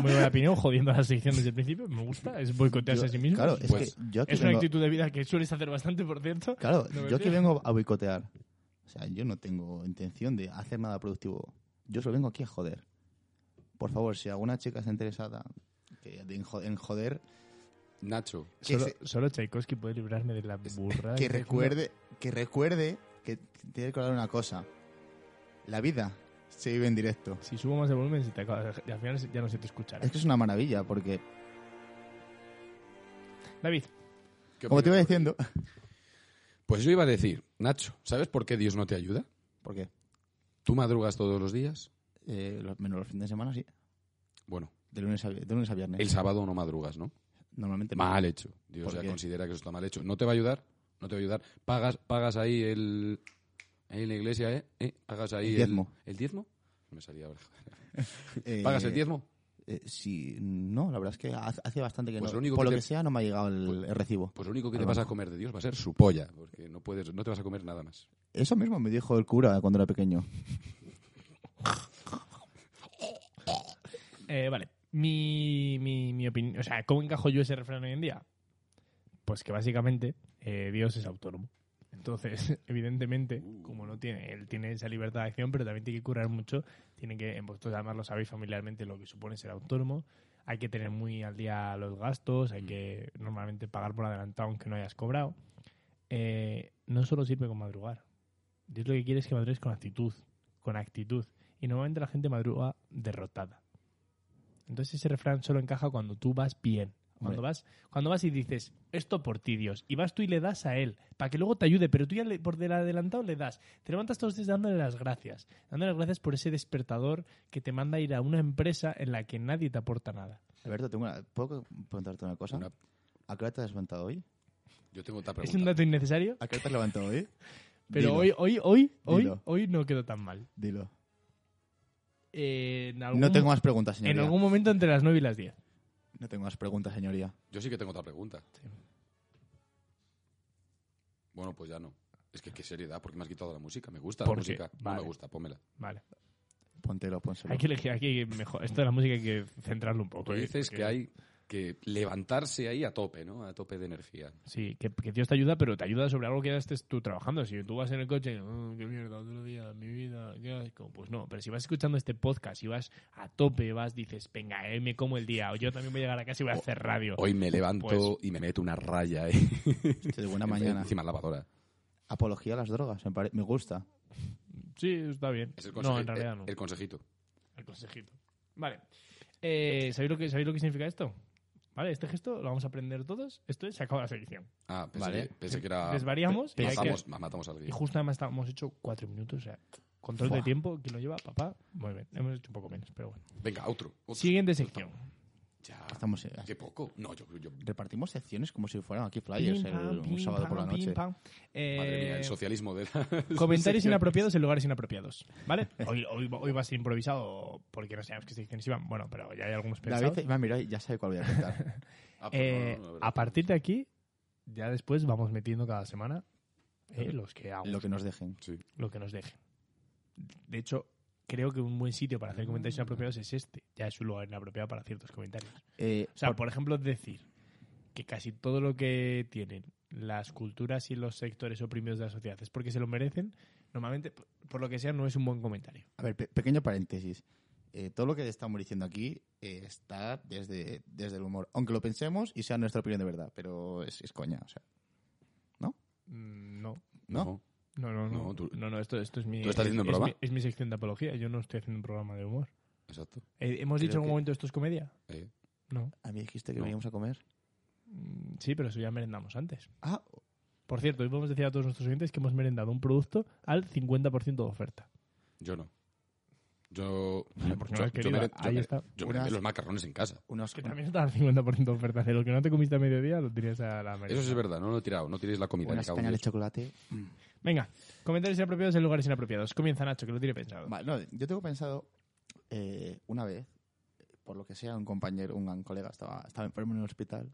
Speaker 4: muy buena opinión, jodiendo a la sección desde el principio. Me gusta, es boicotearse
Speaker 3: Yo-
Speaker 4: a sí mismo.
Speaker 3: Claro, es
Speaker 2: Pues,
Speaker 3: que yo aquí
Speaker 4: es una
Speaker 3: vengo-
Speaker 4: actitud de vida que sueles hacer bastante, por cierto.
Speaker 3: Claro, yo
Speaker 4: No, mentira.
Speaker 3: que vengo a boicotear. O sea, yo no tengo intención de hacer nada productivo. Yo solo vengo aquí a joder. Por favor, si alguna chica está interesada que en jo- en joder,
Speaker 2: Nacho,
Speaker 3: que,
Speaker 4: Solo,
Speaker 3: se-
Speaker 4: solo Tchaikovsky puede librarme de la burra.
Speaker 3: que recuerde que recuerde que tiene que recordar una cosa. La vida se vive en directo.
Speaker 4: Si subo más el volumen, se te acaba- al final ya no se te escuchará.
Speaker 3: Es que es una maravilla porque,
Speaker 4: David,
Speaker 2: ¿qué
Speaker 3: como te iba
Speaker 2: opinas?
Speaker 3: diciendo...
Speaker 2: Pues yo iba a decir, Nacho, ¿sabes por qué Dios no te ayuda?
Speaker 3: ¿Por qué?
Speaker 2: ¿Tú madrugas todos los días?
Speaker 3: Eh, los- menos los fines de semana, sí.
Speaker 2: Bueno,
Speaker 3: De lunes a, vi- de lunes a viernes.
Speaker 2: el sábado no madrugas, ¿no?
Speaker 3: Normalmente no.
Speaker 2: Mal hecho. Dios
Speaker 3: ¿Por
Speaker 2: ya
Speaker 3: qué?
Speaker 2: considera que eso está mal hecho. ¿No te va a ayudar? No te va a ayudar. Pagas, pagas ahí el. Ahí en la iglesia, ¿eh? ¿Eh? ¿Pagas ahí
Speaker 3: El diezmo.
Speaker 2: ¿El, diezmo? Me salía ahora.
Speaker 3: Eh,
Speaker 2: ¿Pagas el diezmo?
Speaker 3: Eh, sí, no, la verdad es que hace hace bastante que
Speaker 2: Pues lo
Speaker 3: no.
Speaker 2: único que
Speaker 3: por lo
Speaker 2: te-
Speaker 3: que sea, no me ha llegado el, el recibo.
Speaker 2: Pues lo único que
Speaker 3: Al
Speaker 2: te vas a
Speaker 3: banco.
Speaker 2: comer de Dios va a ser su polla, porque no, puedes, no te vas a comer nada más.
Speaker 3: Eso mismo me dijo el cura cuando era pequeño.
Speaker 4: eh, vale. Mi, mi, mi opinión. O sea, ¿cómo encajo yo ese refrán hoy en día? Pues que básicamente eh, Dios es autónomo. Entonces, evidentemente, como no tiene, él tiene esa libertad de acción, pero también tiene que curar mucho. Tiene que, vosotros además lo sabéis familiarmente, lo que supone ser autónomo. Hay que tener muy al día los gastos, hay que normalmente pagar por adelantado aunque no hayas cobrado. Eh, no solo sirve con madrugar. Dios lo que quiere es que madrugues con actitud, con actitud. Y normalmente la gente madruga derrotada. Entonces ese refrán solo encaja cuando tú vas bien. Cuando
Speaker 3: Hombre.
Speaker 4: vas, cuando vas y dices, esto por ti, Dios, y vas tú y le das a él, para que luego te ayude, pero tú ya le- por del adelantado le das. Te levantas todos los días dándole las gracias, dándole las gracias por ese despertador que te manda a ir a una empresa en la que nadie te aporta nada.
Speaker 3: Alberto, tengo una- ¿puedo preguntarte una cosa?
Speaker 2: Una-
Speaker 3: ¿A qué hora te has levantado hoy?
Speaker 2: Yo tengo otra
Speaker 4: Es un
Speaker 2: pregunta.
Speaker 4: dato innecesario,
Speaker 3: ¿A qué hora te has levantado hoy?
Speaker 4: pero
Speaker 3: Dilo,
Speaker 4: hoy, hoy, hoy, hoy,
Speaker 3: Dilo.
Speaker 4: hoy no quedó tan mal.
Speaker 3: Dilo.
Speaker 4: eh, en algún,
Speaker 3: No tengo más preguntas,
Speaker 4: en
Speaker 3: señoría.
Speaker 4: algún momento entre las 9 y las 10.
Speaker 3: No tengo más preguntas, señoría.
Speaker 2: Yo sí que tengo otra pregunta. Bueno, pues ya no. Es que qué seriedad, porque me has quitado la música. Me gusta la
Speaker 4: Porque-
Speaker 2: música.
Speaker 4: vale.
Speaker 2: No me gusta, pónmela.
Speaker 4: Vale.
Speaker 3: Póntelo, pónselo.
Speaker 4: Hay que elegir, hay que mejor. Esto de la música hay que centrarlo un
Speaker 2: Tú
Speaker 4: poco. ¿eh?
Speaker 2: dices
Speaker 4: Porque-
Speaker 2: que hay que levantarse ahí a tope, ¿no? A tope de energía.
Speaker 4: Sí, que, que Dios te ayuda, pero te ayuda sobre algo que ya estés tú trabajando. Si tú vas en el coche, "Oh, qué mierda, otro día, mi vida, qué asco", Pues no, pero si vas escuchando este podcast y vas a tope, vas, dices, venga, eh, me como el día, o yo también voy a llegar a casa y voy a
Speaker 2: O-
Speaker 4: hacer radio.
Speaker 2: Hoy me levanto
Speaker 4: Pues-
Speaker 2: y me meto una raya ahí.
Speaker 3: De buena mañana.
Speaker 2: Encima de la lavadora.
Speaker 3: Apología a las drogas, me, pare- me gusta.
Speaker 4: Sí, está bien.
Speaker 2: Es el
Speaker 4: no,
Speaker 2: conseji-
Speaker 4: en realidad
Speaker 2: el-
Speaker 4: no.
Speaker 2: el consejito.
Speaker 4: El consejito. Vale. Eh, ¿sabéis, lo que, ¿Sabéis lo que significa esto? Vale, este gesto lo vamos a aprender todos. Esto es, se acaba la sección.
Speaker 2: Ah, pensé,
Speaker 3: Vale.
Speaker 2: que, pensé que era...
Speaker 4: Desvariamos y hay que-
Speaker 2: matamos, matamos al
Speaker 4: Y
Speaker 2: guía.
Speaker 4: justo además está- hemos hecho cuatro minutos. O sea, control de
Speaker 3: Buah.
Speaker 4: tiempo, ¿quién lo lleva? Papá. Muy bien, hemos hecho un poco menos, pero bueno.
Speaker 2: Venga, otro. otro.
Speaker 3: Pues
Speaker 4: Siguiente sección.
Speaker 2: Ya.
Speaker 3: Estamos,
Speaker 2: Qué poco. No, yo... yo-
Speaker 3: repartimos secciones como si fueran aquí
Speaker 4: Pim,
Speaker 3: flyers el-
Speaker 4: pam,
Speaker 3: un
Speaker 4: pim,
Speaker 3: sábado por la
Speaker 4: pam, pim,
Speaker 3: noche.
Speaker 4: pam. Eh,
Speaker 2: Madre mía, el socialismo de...
Speaker 4: comentarios inapropiados en lugares inapropiados. ¿Vale? Hoy, hoy, hoy va a ser improvisado porque no sabemos qué secciones iban. Bueno, pero ya hay algunos pensados.
Speaker 3: David, me ha mirado y ya sabe cuál voy a contar.
Speaker 2: Ah, pues no, no,
Speaker 4: Eh,
Speaker 2: no, la verdad.
Speaker 4: a partir de aquí, ya después vamos metiendo cada semana eh, los que hagamos,
Speaker 3: lo que nos dejen.
Speaker 2: Sí.
Speaker 4: lo que nos dejen. De hecho, creo que un buen sitio para hacer comentarios inapropiados es este. Ya es un lugar inapropiado para ciertos comentarios.
Speaker 3: Eh,
Speaker 4: O sea, por ejemplo, decir que casi todo lo que tienen las culturas y los sectores oprimidos de la sociedad es porque se lo merecen, normalmente, p- por lo que sea, no es un buen comentario.
Speaker 3: A ver, pe- pequeño paréntesis. Eh, todo lo que estamos diciendo aquí eh, está desde, desde el humor. Aunque lo pensemos y sea nuestra opinión de verdad, pero es, es coña. O sea,
Speaker 4: Mm, No,
Speaker 3: ¿no?
Speaker 4: no, no, no. No,
Speaker 2: No, tú-
Speaker 4: no, esto, esto es mi.
Speaker 2: ¿Tú estás
Speaker 4: es-
Speaker 2: haciendo un
Speaker 4: es mi-
Speaker 2: programa?
Speaker 4: Es mi sección de apología, yo no estoy haciendo un programa de humor.
Speaker 2: Exacto.
Speaker 4: Eh, ¿Hemos
Speaker 3: Creo
Speaker 4: dicho en algún
Speaker 3: que-
Speaker 4: momento esto es comedia?
Speaker 2: Eh.
Speaker 4: No.
Speaker 3: A mí dijiste que
Speaker 2: No.
Speaker 3: veníamos a comer.
Speaker 4: Mm, Sí, pero eso ya merendamos antes.
Speaker 3: Ah,
Speaker 4: Por cierto, hoy podemos decir a todos nuestros oyentes que hemos merendado un producto al 50% de oferta.
Speaker 2: Yo no. Yo...
Speaker 4: porque pues no
Speaker 2: pues yo,
Speaker 4: has
Speaker 2: yo me,
Speaker 4: querido.
Speaker 2: yo
Speaker 4: Ahí
Speaker 2: me-
Speaker 4: está.
Speaker 2: yo me
Speaker 3: Unas-
Speaker 2: metí los macarrones en casa.
Speaker 3: unos...
Speaker 4: Que también está al 50% de oferta. De lo que no te comiste a mediodía, lo tiras a la merienda.
Speaker 2: Eso sí es verdad, no lo he tirado. No tiréis la comida.
Speaker 3: Unas
Speaker 2: me cago en
Speaker 3: cañas de
Speaker 2: Dios.
Speaker 3: chocolate.
Speaker 4: Venga, comentarios inapropiados en lugares inapropiados. Comienza Nacho, que lo tiene pensado.
Speaker 3: Vale, no, yo tengo pensado eh, una vez, por lo que sea, un compañero, un gran colega, estaba, estaba enfermo en el hospital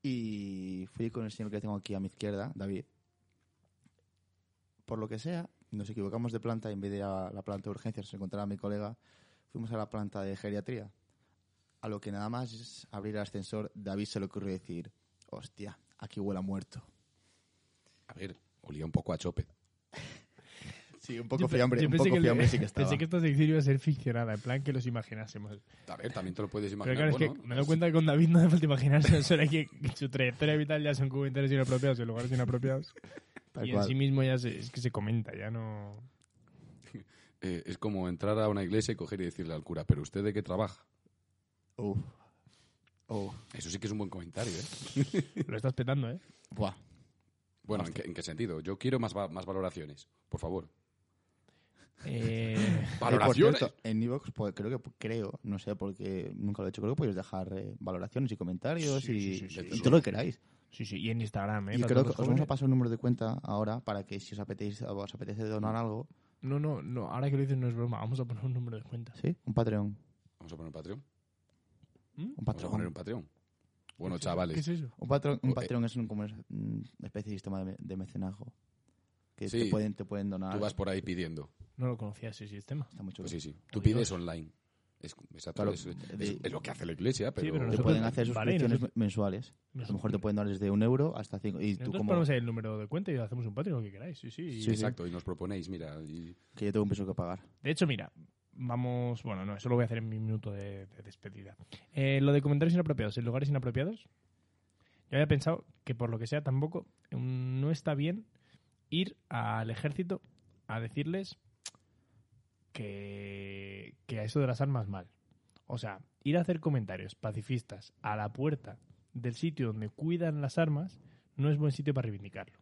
Speaker 3: y fui con el señor que tengo aquí a mi izquierda, David. Por lo que sea, nos equivocamos de planta y en vez de ir a la planta de urgencias, se encontraba mi colega, fuimos a la planta de geriatría. A lo que nada más es abrir el ascensor, David se le ocurrió decir, hostia, aquí huele a muerto.
Speaker 2: A ver, olía un poco a chope.
Speaker 3: Sí, un
Speaker 4: Yo
Speaker 3: poco
Speaker 4: pe-
Speaker 3: fiambre,
Speaker 4: yo
Speaker 3: un
Speaker 4: pensé
Speaker 3: poco
Speaker 4: que el-
Speaker 3: fiambre sí que estaba.
Speaker 4: Pensé que esta sección iba a ser ficcionada, en plan que los imaginásemos.
Speaker 2: A ver, también te lo puedes
Speaker 4: Pero
Speaker 2: imaginar.
Speaker 4: claro, es
Speaker 2: bueno,
Speaker 4: que me doy cuenta que con David no hace falta imaginarse, solo hay que su trayectoria vital ya son comentarios inapropiados en lugares inapropiados.
Speaker 3: Tal
Speaker 4: y en
Speaker 3: cual.
Speaker 4: sí mismo ya se, es que se comenta, ya no...
Speaker 2: eh, es como entrar a una iglesia y coger y decirle al cura, pero usted de qué trabaja.
Speaker 3: Uf. Uf.
Speaker 2: Eso sí que es un buen comentario, ¿eh?
Speaker 4: Lo estás petando, ¿eh?
Speaker 3: Buah.
Speaker 2: Bueno, ¿en qué, en qué sentido? Yo quiero más, va- más valoraciones, por favor.
Speaker 4: Eh,
Speaker 3: Eh, por
Speaker 2: ¡Valoraciones!
Speaker 3: cierto, en Evox pues, creo que creo, no sé porque nunca lo he hecho, creo que podéis dejar eh, valoraciones y comentarios
Speaker 4: Sí,
Speaker 3: y,
Speaker 4: sí, sí, sí,
Speaker 3: y
Speaker 2: sí.
Speaker 3: todo lo que queráis.
Speaker 4: Sí, sí, y en Instagram, ¿eh?
Speaker 3: y
Speaker 4: Para
Speaker 3: creo que os
Speaker 4: todos los
Speaker 3: vamos a
Speaker 4: jóvenes.
Speaker 3: pasar un número de cuenta ahora para que si os apetece, os apetece donar
Speaker 2: Mm.
Speaker 3: algo,
Speaker 4: No, no, no, ahora que lo dices no es broma, vamos a poner un número de cuenta.
Speaker 3: sí, un Patreon,
Speaker 2: Vamos a poner un Patreon.
Speaker 4: ¿Mm?
Speaker 3: un
Speaker 2: Vamos a poner un
Speaker 3: Patreon.
Speaker 2: Patreon. Bueno,
Speaker 4: Pues, ¿Qué
Speaker 2: chavales.
Speaker 4: es eso?
Speaker 3: Un Patreon, un
Speaker 2: Eh,
Speaker 3: Patreon es un, como es, mm, especie de sistema de, me- de mecenazgo que
Speaker 2: Sí.
Speaker 3: te pueden te pueden donar.
Speaker 2: Tú vas por ahí pidiendo.
Speaker 4: No lo conocía ese sistema.
Speaker 3: Está muy chulo.
Speaker 2: Pues sí, sí. Tú
Speaker 4: Uy,
Speaker 2: pides online. Es, exacto,
Speaker 3: Claro,
Speaker 2: es, es-
Speaker 3: de-
Speaker 2: es lo que hace la iglesia, pero...
Speaker 4: pero
Speaker 3: Te
Speaker 4: nosotros-
Speaker 3: pueden hacer
Speaker 4: vale,
Speaker 3: suscripciones
Speaker 4: nosotros-
Speaker 3: me- mensuales. A lo
Speaker 4: Nosotros-
Speaker 3: mejor te pueden dar desde un euro hasta cinco. Y tú
Speaker 4: Nosotros
Speaker 3: como
Speaker 4: ponemos ahí el número de cuenta y hacemos un Patreon, lo que queráis. Sí, sí. y-
Speaker 3: Sí, sí.
Speaker 2: Exacto, y nos proponéis, mira, y
Speaker 3: que yo tengo un peso que pagar.
Speaker 4: De hecho, mira, vamos. Bueno, no, eso lo voy a hacer en mi minuto de, de despedida. Eh, lo de comentarios inapropiados en lugares inapropiados. Yo había pensado que por lo que sea tampoco mm, no está bien ir al ejército a decirles que, que a eso de las armas mal. O sea, ir a hacer comentarios pacifistas a la puerta del sitio donde cuidan las armas no es buen sitio para reivindicarlo.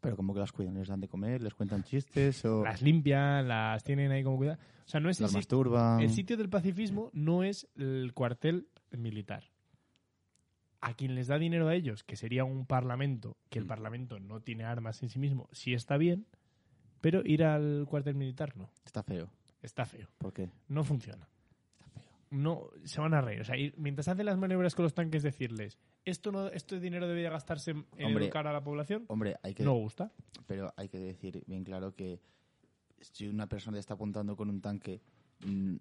Speaker 3: Pero como que las cuidan, les dan de comer, les cuentan chistes o
Speaker 4: Las limpian, las tienen ahí como cuidado. O sea, no es el
Speaker 3: las
Speaker 4: sitio-
Speaker 3: masturban.
Speaker 4: El sitio del pacifismo no es el cuartel militar. A quien les da dinero a ellos, que sería un parlamento, que el
Speaker 2: Mm.
Speaker 4: parlamento no tiene armas en sí mismo, sí está bien, pero ir al cuartel militar no.
Speaker 3: Está feo.
Speaker 4: Está feo.
Speaker 3: ¿Por qué?
Speaker 4: No funciona. No, se van a reír. O sea, ir- mientras hacen las maniobras con los tanques, decirles, esto no, este dinero debería gastarse en
Speaker 3: Hombre.
Speaker 4: educar a la población,
Speaker 3: Hombre, hay que,
Speaker 4: no gusta.
Speaker 3: pero hay que decir bien claro que si una persona te está apuntando con un tanque, mm,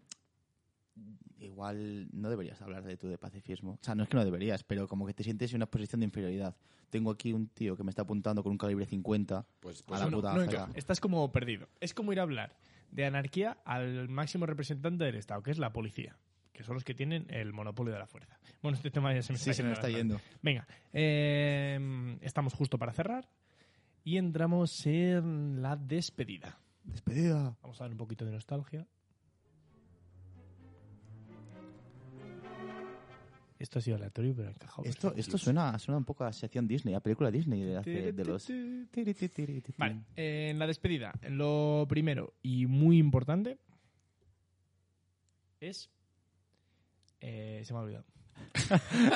Speaker 3: igual no deberías hablar de tú de pacifismo. O sea, no es que no deberías, pero como que te sientes en una posición de inferioridad. Tengo aquí un tío que me está apuntando con un calibre 50.
Speaker 2: Pues,
Speaker 3: A la
Speaker 2: bueno,
Speaker 3: puta
Speaker 4: no
Speaker 3: saca.
Speaker 4: encaja. Estás como perdido. Es como ir a hablar de anarquía al máximo representante del Estado, que es la policía, que son los que tienen el monopolio de la fuerza. Bueno, este tema ya se me
Speaker 3: Sí,
Speaker 4: está
Speaker 3: se nos
Speaker 4: yendo
Speaker 3: está
Speaker 4: a la-
Speaker 3: yendo.
Speaker 4: Venga, eh, estamos justo para cerrar y entramos en la despedida.
Speaker 3: Despedida.
Speaker 4: Vamos a dar un poquito de nostalgia. Esto ha sido aleatorio, pero ha encajado.
Speaker 3: Esto,
Speaker 4: perfecto.
Speaker 3: esto suena, suena un poco a sección Disney, a película Disney de, hace- de los... Tiri, tiri, tiri, tiri.
Speaker 4: Vale, eh, en la despedida, lo primero y muy importante es. eh, se me ha olvidado.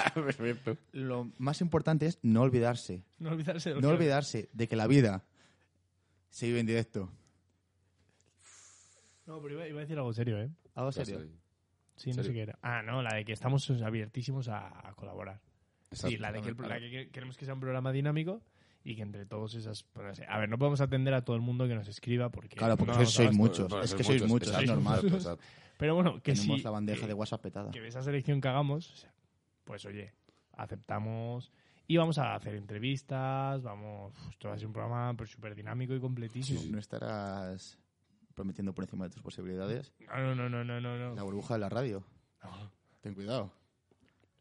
Speaker 3: Lo más importante es no olvidarse.
Speaker 4: No olvidarse de los
Speaker 3: No
Speaker 4: que-
Speaker 3: olvidarse de que la vida se vive en directo.
Speaker 4: No, pero iba, iba a decir algo serio, ¿eh?
Speaker 3: Algo
Speaker 2: ya
Speaker 3: serio.
Speaker 2: sé.
Speaker 4: Sí, no
Speaker 2: Serio.
Speaker 4: sé qué era. Ah, no, la de que estamos abiertísimos a, a colaborar. Sí, la de que, el-
Speaker 2: Exacto.
Speaker 4: la que queremos que sea un programa dinámico y que entre todos esas. pues, no sé. A ver, no podemos atender a todo el mundo que nos escriba porque.
Speaker 3: Claro, porque sois,
Speaker 4: no nos
Speaker 3: sois
Speaker 4: abasto.
Speaker 3: muchos.
Speaker 2: Bueno,
Speaker 3: es que sois muchos,
Speaker 2: exacto,
Speaker 3: es normal.
Speaker 2: exacto, exacto.
Speaker 4: Pero bueno, que
Speaker 3: Tenemos
Speaker 4: sí.
Speaker 3: la bandeja
Speaker 4: que-
Speaker 3: de WhatsApp petada.
Speaker 4: que de esa selección que hagamos, o sea, pues oye, aceptamos y vamos a hacer entrevistas, vamos, uf, esto va a ser un programa pues, súper dinámico y completísimo.
Speaker 3: No estarás prometiendo por encima de tus posibilidades
Speaker 4: No, no, no, no, no, no.
Speaker 3: la
Speaker 4: no.
Speaker 3: burbuja de la radio. Ten cuidado.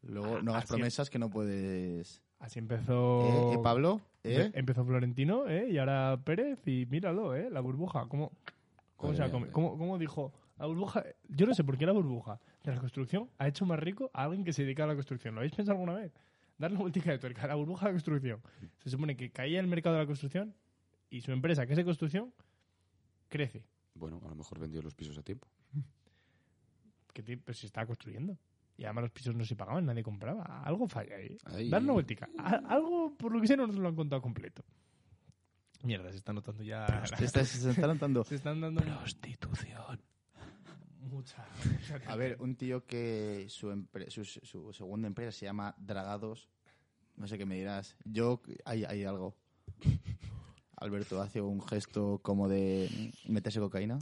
Speaker 3: Luego no hagas
Speaker 4: Así es.
Speaker 3: promesas que no puedes...
Speaker 4: Así empezó
Speaker 3: ¿Eh, eh, Pablo? ¿Eh?
Speaker 4: empe- empezó Florentino, ¿eh? y ahora Pérez y míralo, eh, la burbuja, cómo cómo,
Speaker 2: Madre
Speaker 4: se la
Speaker 2: mía,
Speaker 4: come-
Speaker 2: eh.
Speaker 4: cómo- cómo dijo la burbuja, yo no sé por qué la burbuja de la construcción ha hecho más rico a alguien que se dedica a la construcción. ¿Lo habéis pensado alguna vez? Darle vueltica de tuerca a la burbuja de la construcción. Se supone que caía el mercado de la construcción y su empresa, que es de construcción, crece.
Speaker 2: Bueno, a lo mejor vendió los pisos a tiempo.
Speaker 4: Que ti- pues se está construyendo. Y además los pisos no se pagaban, nadie compraba. Algo falla ahí.
Speaker 2: Ahí.
Speaker 4: Darle vueltica. A- Algo, por lo que sé, no nos lo han contado completo. Mierda, se está notando ya...
Speaker 3: Se está- se está notando.
Speaker 4: Se están dando... Prostitución. Mucha.
Speaker 3: A ver, un tío que su, empre- su, su segunda empresa se llama Dragados. No sé qué me dirás. Yo, hay, hay algo. Alberto hace un gesto como de meterse cocaína.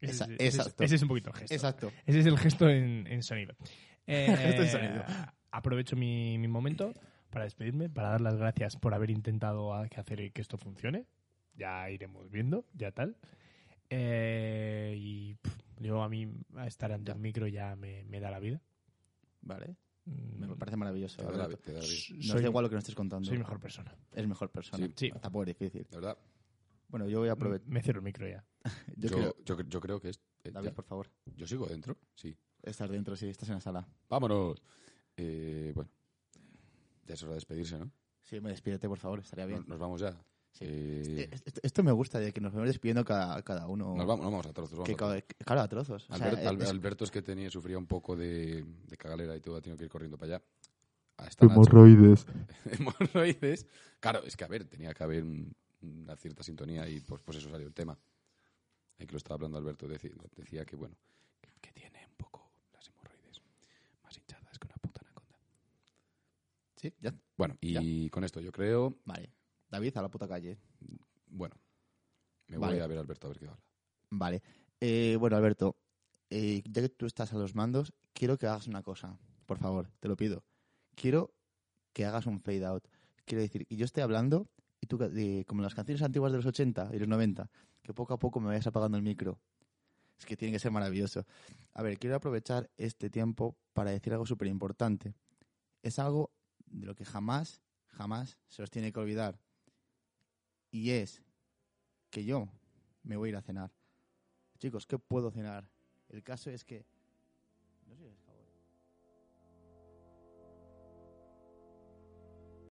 Speaker 4: Ese,
Speaker 3: Esa-
Speaker 4: es- ese es-
Speaker 3: exacto.
Speaker 4: ese es un poquito el gesto.
Speaker 3: Exacto.
Speaker 4: Ese es el gesto en, en sonido. Eh,
Speaker 3: gesto en sonido.
Speaker 4: Aprovecho mi, mi momento para despedirme, para dar las gracias por haber intentado a- que hacer que esto funcione. Ya iremos viendo, ya tal. Eh, y pff, yo a mí a estar ante
Speaker 3: Ya.
Speaker 4: el micro ya me, me da la vida.
Speaker 3: Vale.
Speaker 4: Mm,
Speaker 3: Me parece maravilloso.
Speaker 2: Te da la,
Speaker 3: Alberto.
Speaker 2: te da la vida.
Speaker 4: s-
Speaker 3: Nos
Speaker 4: soy,
Speaker 3: da igual lo que nos estés contando.
Speaker 4: soy mejor persona.
Speaker 3: Es mejor persona.
Speaker 2: Sí.
Speaker 4: Sí.
Speaker 3: Tampoco es difícil.
Speaker 2: La verdad,
Speaker 3: Bueno, yo voy a aprovechar.
Speaker 4: Me cierro el micro ya.
Speaker 2: Mm.
Speaker 3: Yo
Speaker 2: yo,
Speaker 3: quiero-
Speaker 2: yo cre- yo creo que es. eh,
Speaker 3: David,
Speaker 2: ya.
Speaker 3: por favor.
Speaker 2: Yo sigo dentro, sí.
Speaker 3: Estás dentro, sí, estás en la sala.
Speaker 2: Vámonos. Eh, bueno, ya es hora de despedirse, ¿no?
Speaker 3: Sí, me despídete, por favor. Estaría bien.
Speaker 2: Nos, nos vamos ya.
Speaker 3: Sí.
Speaker 2: Eh,
Speaker 3: Eh, Esto, esto me gusta, de que nos vamos despidiendo cada, cada uno.
Speaker 2: nos vamos, vamos a trozos. vamos
Speaker 3: Que
Speaker 2: a trozos.
Speaker 3: cada- claro, a trozos. O sea, eh,
Speaker 2: Albert- Al-
Speaker 3: es-
Speaker 2: Alberto es que tenía, sufría un poco de, de cagalera y todo, ha tenido que ir corriendo para allá. Hasta
Speaker 5: Hemorroides.
Speaker 2: Hemorroides. Claro, es que a ver, tenía que haber un- una cierta sintonía y pues, pues eso salió el tema. Ahí que lo estaba hablando Alberto, deci- decía que bueno, que, que tiene un poco las hemorroides más hinchadas que una puta anaconda.
Speaker 3: sí, ya.
Speaker 2: Bueno, y con esto yo creo,
Speaker 3: Vale. David, a la puta calle.
Speaker 2: bueno, me
Speaker 3: Vale.
Speaker 2: voy a ver a Alberto a ver qué habla.
Speaker 3: Vale. Eh, bueno, Alberto, eh, ya que tú estás a los mandos, quiero que hagas una cosa, por favor, te lo pido. Quiero que hagas un fade out. Quiero decir, que yo estoy hablando y tú, ca- de- como las canciones antiguas de los 80 y los 90, que poco a poco me vayas apagando el micro. Es que tiene que ser maravilloso. A ver, quiero aprovechar este tiempo para decir algo súper importante. Es algo de lo que jamás, jamás se os tiene que olvidar. Y es que yo me voy a ir a cenar chicos, ¿qué puedo cenar? El caso es que... No sé,